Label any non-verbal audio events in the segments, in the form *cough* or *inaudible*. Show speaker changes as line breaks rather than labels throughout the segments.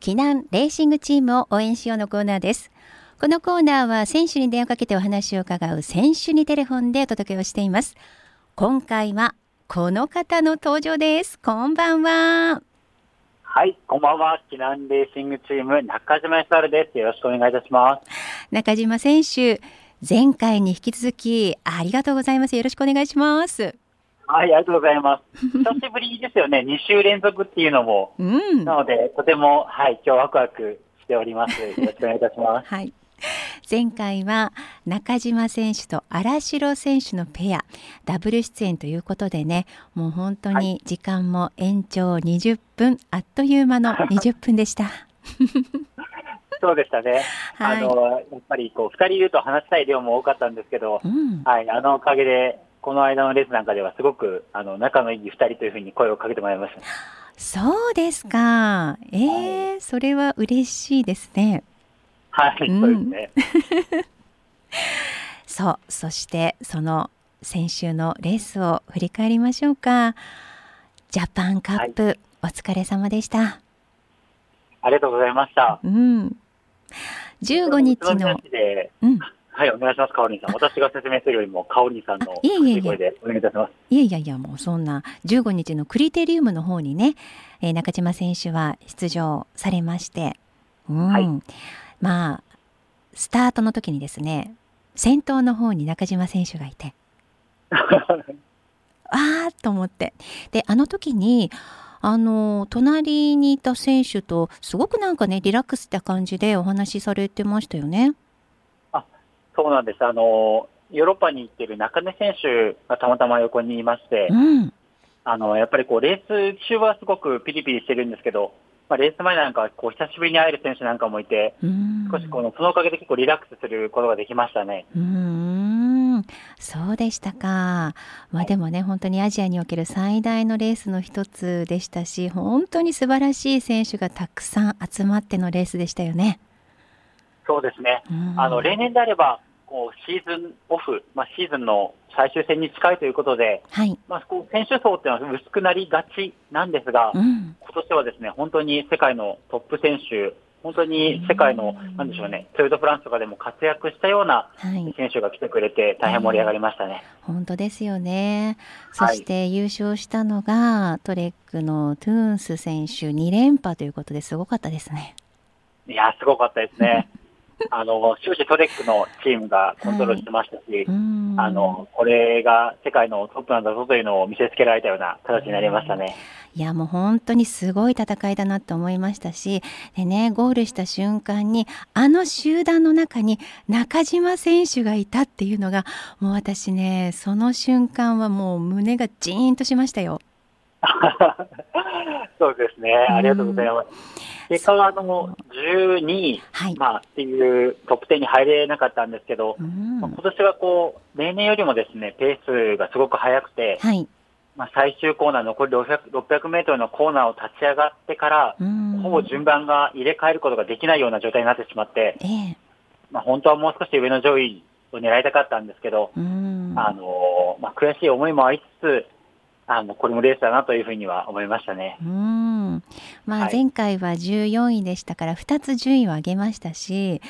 避難レーシングチームを応援しようのコーナーですこのコーナーは選手に電話かけてお話を伺う選手にテレフォンでお届けをしています今回はこの方の登場ですこんばんは
はい、こんばんは。避難レーシングチーム、中島康晴です。よろしくお願いいたします。
中島選手前回に引き続きありがとうございますよろしくお願いします
はい、ありがとうござ
*laughs*
います。久しぶりですよね。2週連続っていうのも。
うん
なので、とても、はい、今日ワクワクしております。よろしくお願いいたし
*laughs*
ます。
はい。前回は中島選手と荒城選手のペアダブル出演ということでねもう本当
は
に時間も延長20分、あっという
*laughs*
間の20分でした。
そうでしたね。
は
あ
い、
の、やっぱりこう、2人いると話したい量も多かったんですけど、
うん、
はい、あのおかげで、この間のレースなんかではすごく、あの、仲のいい2人というふうに声をかけてもらいました。
そうですか、えーそれは嬉しいですね。
はい、
うん
そうですね。
そうそしてその先週のレースを振り返りましょうかジャパンカップ、お疲れ様でした。
ありがとうございました。
うん、15日
宇都宮
の
市で
うん
はい、お願いします、かおりんさん。私が説明するよりも、かおりんさんの
あいえいえいえ
口声でお願いいたします。 *laughs*
いやいやいやもうそんな15日のクリテリウムの方にね、えー中島選手は出場されまして、うん
はい
まあスタートの時にですね先頭の方に中島選手がいてあーっと思ってであの時にあの隣にいた選手とすごくなんかねリラックスした感じでお話しされてましたよね。
そうなんです。あの、ヨーロッパに行ってる中根選手がたまたま横にいまして
う、ん、
あの、やっぱりこう、レース中はすごくピリピリしてるんですけど、まあ、レース前なんかは、こう、久しぶりに会える選手なんかもいて、
うん
少しこの、そのおかげで結構リラックスすることができましたね。
うーん、そうでしたか。ま
は
あ
い
でもね、本当にアジアにおける最大のレースの一つでしたし、本当に素晴らしい選手がたくさん集まってのレースでしたよね。
そうですね。
うん
あの、例年であれば、こう、シーズンオフ、まあ、シーズンの最終戦に近いということで、
はい、
まあ、こう選手層っていうのは薄くなりがちなんですが、
うん、
今年はですね、本当に世界のトップ選手、本当に世界の、なんでしょうね、ツール・ド・フランスとかでも活躍したような
はい、
選手が来てくれて、大変盛り上がりましたね。
本当ですよね。そ
はい
して優勝したのがトレックのトゥーンス選手2連覇ということですごかったですね。
いやー、すごかったですね。あの、終始トレックのチームがコントロールしてましたし
う、ん、
あの、これが世界のトップなんだぞというのを見せつけられたような形になりましたね。
いやもう本当にすごい戦いだなと思いましたしでねゴールした瞬間にあの集団の中に中島選手がいたっていうのがもう私ねその瞬間はもう胸がジーンとしましたよ。
*laughs* そうですね、ありがとうございます。結果はあの、12位、
はい、
まあ、っていうトップ10に入れなかったんですけど、
うん
まあ今年はこう、例年よりもですね、ペースがすごく速くて、
はい
まあ、最終コーナー残り600 600メートルのコーナーを立ち上がってから、
うん
ほぼ順番が入れ替えることができないような状態になってしまって、
ええ
まあ、本当はもう少し上の上位を狙いたかったんですけど、
うん
あのーまあ、悔しい思いもありつつ、あの、これもレースだなというふうには思いましたね。
うんまあ
はい
前回は14位でしたから2つ順位を上げましたし、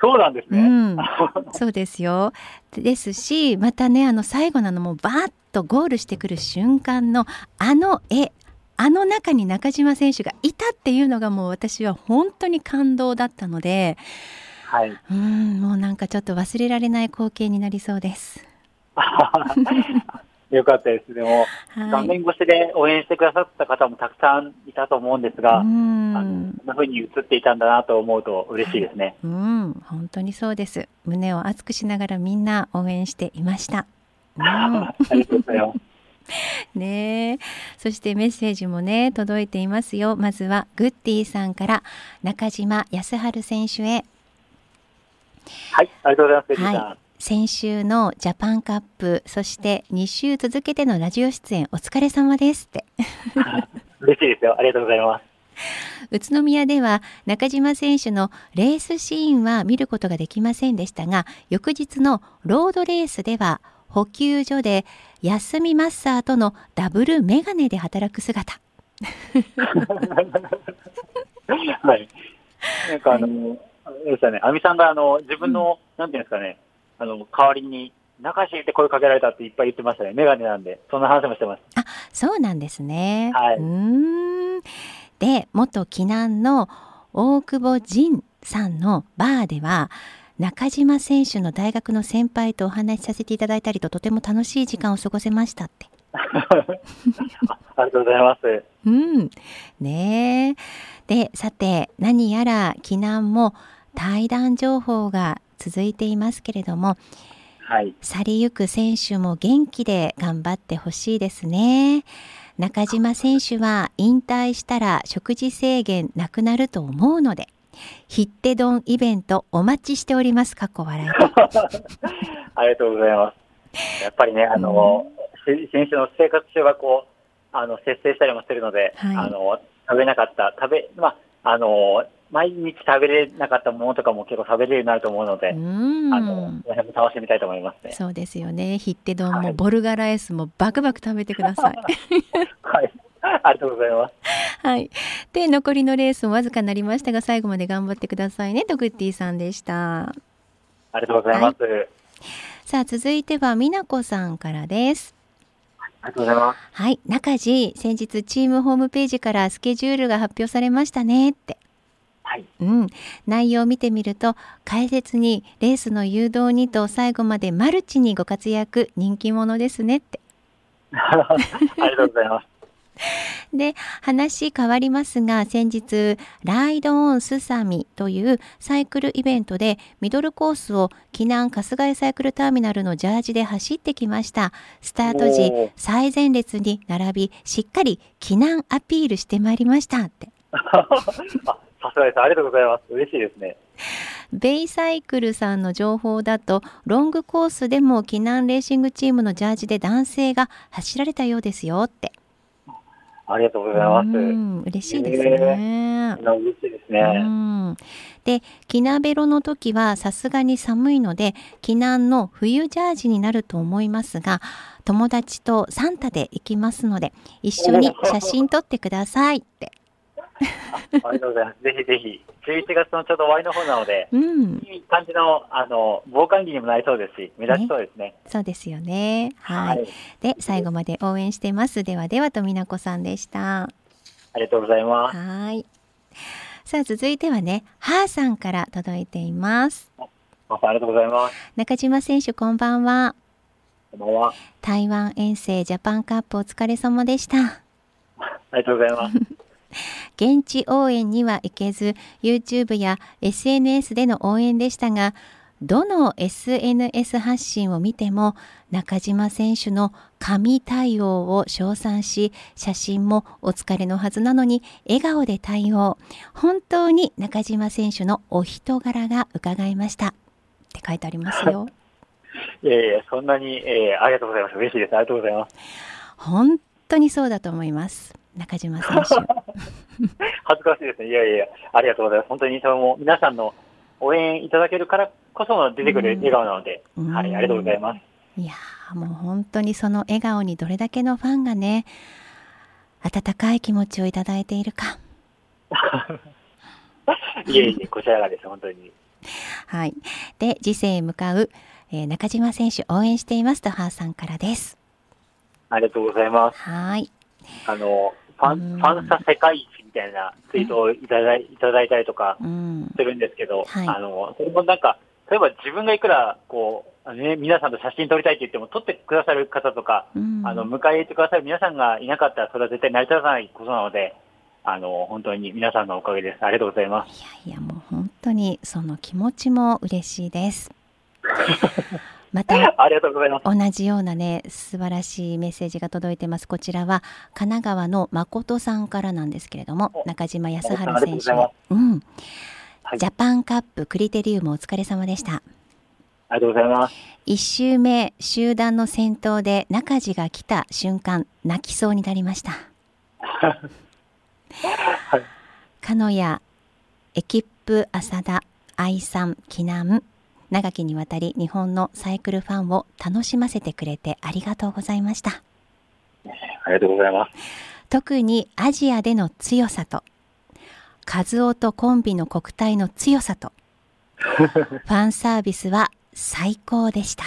そうなんです
う
ね。
ん、
*laughs*
そうですよ。ですし、またね、あの最後のあのもうバーッとゴールしてくる瞬間のあの絵、あの中に中島選手がいたっていうのがもう私は本当に感動だったので、
はい。
うん、もうなんかちょっと忘れられない光景になりそうです。
よかったです。でも、画
はい。
面越しで応援してくださった方もたくさんいたと思うんですが、
うん
あのこんな風に映っていたんだなと思うと嬉しいですね。
うん、本当にそうです。胸を熱くしながらみんな応援していました。うん
ありがとうございます。
ねえそしてメッセージもね届いていますよまずはグッディさんから中島康春選手へ
はい、ありがとうございます。ベリーさん
は先週のジャパンカップそして2週続けてのラジオ出演お疲れ様ですって
嬉しいですよ。ありがとうござい *laughs* ます。
宇都宮では中島選手のレースシーンは見ることができませんでしたが翌日のロードレースでは補給所で休みマッサーとのダブルメガネで働く姿
はい。なんかあの、あれですよね、亜美さんがあの、自分の、なんていうんですかね、あの、代わりに、中しって声かけられたっていっぱい言ってましたね。メガネなんで。そんな話もしてます。
そうなんですね。
はいう
ーんで元紀南の大久保仁さんのバーでは中島選手の大学の先輩とお話しさせていただいたりととても楽しい時間を過ごせましたって。
ありがとうございます。
うん、ねえでさて何やら紀南も対談情報が続いていますけれども
はい。
去りゆく選手も元気で頑張ってほしいですね。中島選手は引退したら食事制限なくなると思うので、ヒッテ丼イベントお待ちしております。かっこ笑い。
ありがとうございます。やっぱりね、あの、し先週の生活中はこう、あの、節制したりもしてるので、
はい
あの、食べなかった、食べ、まあ、あの、毎日食べれなかったものとかも結構食べれるようになると思うので、
う
あの
ん、。
皆さんも楽しみたいと思いますね。
そうですよね。ヒッテ丼
は
も
い
ボルガラエスもバクバク食べてくだ
*laughs*
さい。
はい。 *laughs* ありがとうございます。
はい。で、残りのレースもわずかになりましたが、最後まで頑張ってくださいね。ドグッティさんでした。
ありがとうございます。
さあ、続いては美奈子さんからです。
ありがとうございます。
はい、中地、先日チームホームページからスケジュールが発表されましたねって。
はい。
うん、内容を見てみると解説にレースの誘導にと最後までマルチにご活躍人気者ですねって
ありがとうございます。
で話変わりますが先日ライドオンスサミというサイクルイベントでミドルコースを紀南春日井サイクルターミナルのジャージで走ってきましたスタート時
おー
最前列に並びしっかり紀南アピールしてまいりましたって
あ、さすがです。ありがとうございます。嬉しいですね。
ベイサイクルさんの情報だとロングコースでも避難レーシングチームのジャージで男性が走られたようですよって
ありがとうご
う
ざいます。
ん嬉しいですね。
嬉しいですね。
うんで、キナベロの時はさすがに寒いので、キナンの冬ジャージになると思いますが、友達とサンタで行きますので、一緒 *laughs* に写真撮ってくださいって。
ありがとうございます。ぜひぜひ。11月のちょうど終わりの方なので、
うん、
いい感じの、あの、防寒着にもなりそうですし、目立ちそうですね。
そうですよね。はい。
はい。
で、最後まで応援してます。ではではとみなこさんでした。
ありがとうございます。
はい。さあ続いてはね、ハーさんから届いています。
またありがとうございます。
中島選手こんばんは。
こんばんは。
台湾遠征ジャパンカップお疲れ様でした。
ありがとうござ
*laughs*
います。
現地応援には行けず、YouTube や SNS での応援でしたが、どの SNS 発信を見ても中島選手の神対応を称賛し、写真もお疲れのはずなのに笑顔で対応。本当に中島選手のお人柄が伺いました。って書いてありますよ。
いやいや、そんなに、えーありがとうございます。嬉しいです。ありがとうございます。
本当にそうだと思います。中島選手。
恥ずかしいですね。いやいやいや、ありがとうございます。本当にそれも皆さんの応援いただけるからこその出てくる笑顔なので、
うん
はい、ありがとうございます。
いやーもう本当にその笑顔にどれだけのファンがね温かい気持ちをいただいているか。
いえいえ、こちらがです、本当に。
はい、で次世へ向かう、えー中島選手応援していますとハーさんからです。
ありがとうございます。
はい
あの、ファ
うん
ン、ファンサ世界一みたいなツイートをいただいいただいたりとか
うん
するんですけど、
はい
あの、それもなんか、例えば自分がいくら、こう、ね、皆さんと写真撮りたいって言っても、撮ってくださる方とか、
うん
あの、迎え入れてくださる皆さんがいなかったら、それは絶対成り立たないことなので、あの、本当に皆さんのおかげです。ありがとうございます。
いやいやもう本当にその気持ちも嬉しい
*laughs*
です。また
ありがとうございます。
同じようなね素晴らしいメッセージが届いてますこちらは神奈川の誠さんからなんですけれども
お
中島康
誠さんありが
春
とうご
選
ざいます
手うん
はい
ジャパンカップクリテリウムお疲れ様でした
ありがとうございます。
1周目集団の先頭で中地が来た瞬間泣きそうになりました
い
鹿屋エキップ浅田愛さん紀南長きにわたり日本のサイクルファンを楽しませてくれてありがとうございました
ありがとうございます。
特にアジアでの強さと和夫とコンビの国体の強さ
*laughs*
と、ファンサービスは最高でした。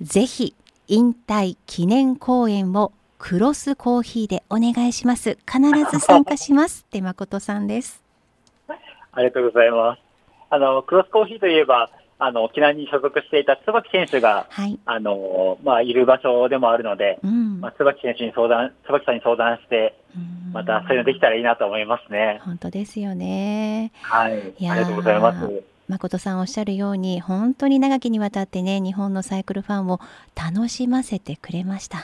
ぜひ、引退記念公演をクロスコーヒーでお願いします。必ず参加し
*laughs*
ます。って誠さんです。
ありがとうございます。あの、クロスコーヒーといえば、あの、沖縄に所属していた椿選手が、
はい。
あの、まあ、いる場所でもあるので、
うん。
まあ、椿選手に相談、椿さんに相談して、
うん
またそういうのできたらいいなと思いますね。
本当ですよね。
はい。
いやー
ありがとうございます。
誠さんおっしゃるように本当に長きにわたってね日本のサイクルファンを楽しませてくれました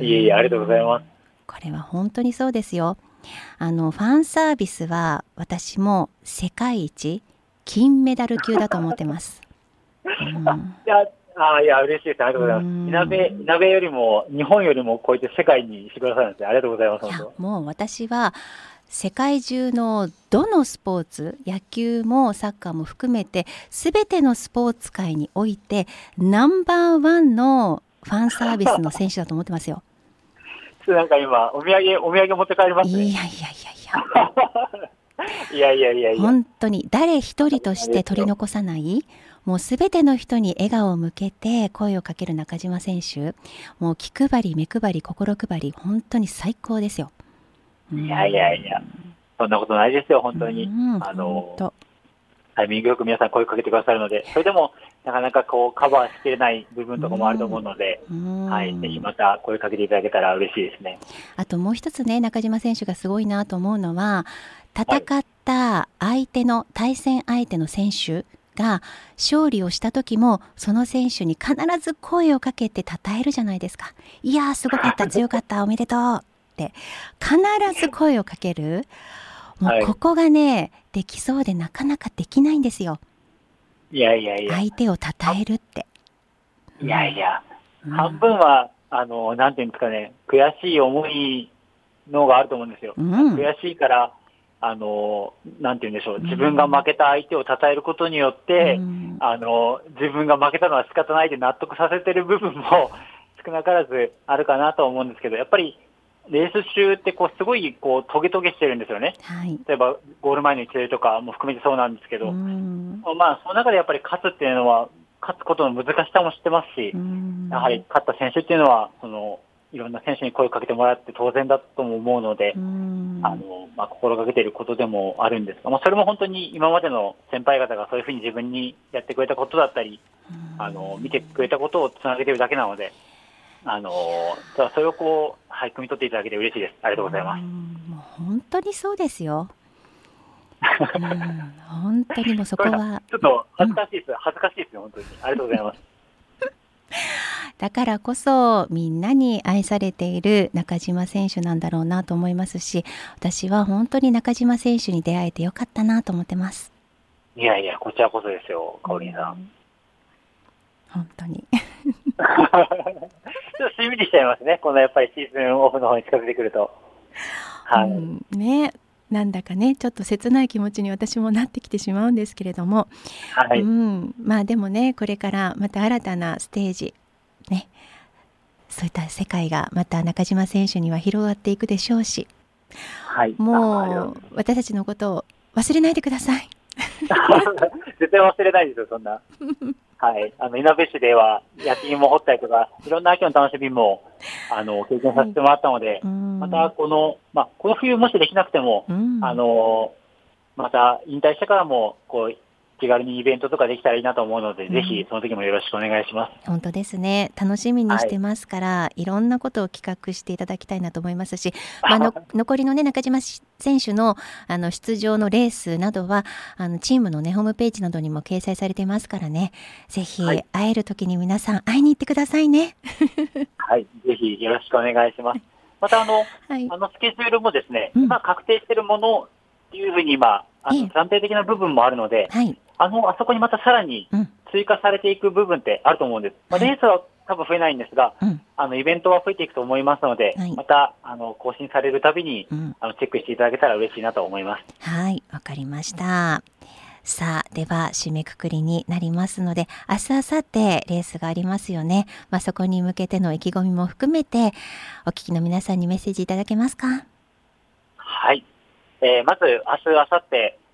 いえいえ、ありがとうございます。
これは本当にそうですよあのファンサービスは私も世界一金メダル級だと思ってます、うん
いや、あーいや、嬉しいです。ありがとうございます。
うん
いなべ、いなべよりも、日本よりもこうやって世界にしてくださるんですね。ありがとうございます。
いや
本
もう私は世界中のどのスポーツ野球もサッカーも含めて全てのスポーツ界においてナンバーワンのファンサービスの選手だと思ってますよ。
当。なんか今、お土産、お土産持って帰ります
い
ね。
やい
い
やいやい
やいやいやい
や
や。
本当に誰一人として取り残さないもう全ての人に笑顔を向けて声をかける中島選手もう気配り目配り心配り本当に最高ですよ。
いやいやいや、そんなことないですよ、本当
う
に。
ん
あの
本当
タイミングよく皆さん声かけてくださるので、それでも、なかなかこう、カバーしきれない部分とかもあると思うので、
うん
はい。ぜひまた声かけていただけたら嬉しいですね。
あともう一つね、中島選手がすごいなと思うのは、戦った相手の、対戦相手の選手が勝利をした時も、その選手に必ず声をかけて称えるじゃないですか。いやー、すごか
*laughs*
った、強かった、おめでとうって、必ず声をかける。も
はいう
ここがね、できそうでなかなかできないんですよ。
いやいやいや、い
相手を称えるって。
やいや、
うん
半分は、あの、なんていうんですかね、悔しい思いのがあると思うんですよ。
うん
悔しいから、あの、なんていうんでしょう、自分が負けた相手を称えることによって、
うん
あの、自分が負けたのは仕方ないで納得させてる部分も *laughs* 少なからずあるかなと思うんですけど、やっぱりレース中ってこうすごいこうトゲトゲしてるんですよね。
はい。
例えばゴール前の一礼とかも含めてそうなんですけ
う
ど、
ん
まあその中でやっぱり勝つっていうのは、勝つことの難しさも知ってますし
う、ん
やはり勝った選手っていうのは、そのいろんな選手に声をかけてもらって当然だとも思うので
う、ん
あの、まあ、心がけていることでもあるんですが、まあ、それも本当に今までの先輩方がそういうふうに自分にやってくれたことだったり、あの、見てくれたことをつなげてるだけなので、あの、ただそれをこう、はい、汲み取っていただけて嬉しいです。ありがとうございます。
うんもう本当にそうです
*laughs*
よ。うん本当にもうそこは、
ちょっと恥ずかしいです。恥ずかしいですよ、本当に。ありがとうございます。
だからこそみんなに愛されている中島選手なんだろうなと思いますし、私は本当に中島選手に出会えてよかったなと思ってます。
いやいや、こちらこそですよ、かおりんさん。
本当に。
*laughs* ちょっとしみりしちゃいますね。このやっぱりシーズンオフの方に近づいてくると。はい。
うん *laughs* ね。なんだかね、ちょっと切ない気持ちに私もなってきてしまうんですけれども、
はい。
うん、まあでもねこれからまた新たなステージねそういった世界がまた中島選手には広がっていくでしょうし
はい。ありがとうございます
もう私たちのことを忘れないでください。
絶対忘れないですよ、 *laughs* そん
*laughs*
な。はい。あの、いなべ市では、焼き芋掘ったりとか、いろんな秋の楽しみも、あの、経験させてもらったので、
うん
また、この、まあ、この冬もしできなくても、
うん、
あの、また引退してからも、こう、気軽にイベントとかできたらいいなと思うので、
うん
ぜひ、その時もよろしくお願いします。
本当ですね楽しみにしてますから、い、ろんなことを企画していただきたいなと思いますし、まあ、の残りの、ね、中島選手のあの出場のレースなどはあのチームの、ね、ホームページなどにも掲載されてますからねぜひ
はい
会える時に皆さん会いに行ってくださいね。
はい。ぜひ、よろしくお願いします。また、あの、
はい
あのスケジュールもですね、
うん
今確定しているものっていうふうに今、あ
ええ
の暫定的な部分もあるので、
はい、
あの、あそこにまたさらに
うん
追加されていく部分ってあると思うんです。まあ、
はい
レースは多分増えないんですが、
うん
あの、イベントは増えていくと思いますので、
はい
また、あの、更新されるたびに、
うん、
あの、チェックしていただけたら嬉しいなと思います。
はい、わかりました。さあ、では締めくくりになりますので、明日、明後日レースがありますよね。まあ、そこに向けての意気込みも含めて、お聞きの皆さんにメッセージいただけますか。
ははい。えーまず、明日、明後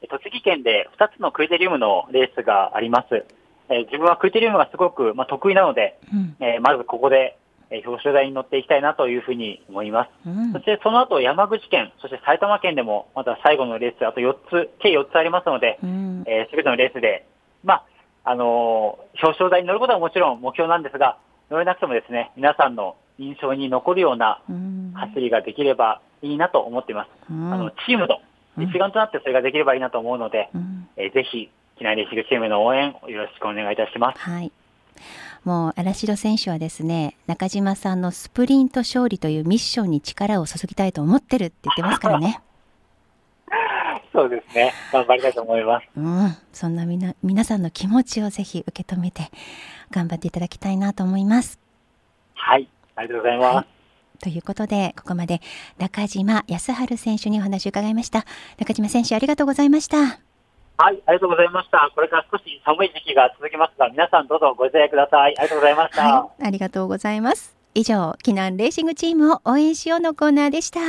日、栃木県で2つのクイテリウムのレースがあります。えー自分はクイテリウムがすごく、まあ、得意なので、
うん
えーまずここで、えー表彰台に乗っていきたいなというふうに思います。
うん
そしてその後山口県、そして埼玉県でもまた最後のレース、あと4つ、計4つありますので、
うん
えー、全てのレースで、まああのー表彰台に乗ることはもちろん目標なんですが、乗れなくてもですね、皆さんの印象に残るような
うん
走りができればいいなと思っています。
うん
あのチームと
うん
一丸となってそれができればいいなと思うので、
うん
えーぜひ、機内レーシングチームの応援、よろしくお願いいたします。
はい。もう荒城選手はですね、中島さんのスプリント勝利というミッションに力を注ぎたいと思ってるって言ってますからね。
そうですね、頑張りたいと思います。
うん、そんなみな皆さんの気持ちをぜひ受け止めて頑張っていただきたいなと思います。
はい、ありがとうございます。
ということで、ここまで中島康春選手にお話を伺いました。中島選手、ありがとうございました。
はい、ありがとうございました。これから少し寒い時期が続きますが、皆さんどうぞご自愛ください。ありがとうございました。
はい、ありがとうございます。以上、避難レーシングチームを応援しようのコーナーでした。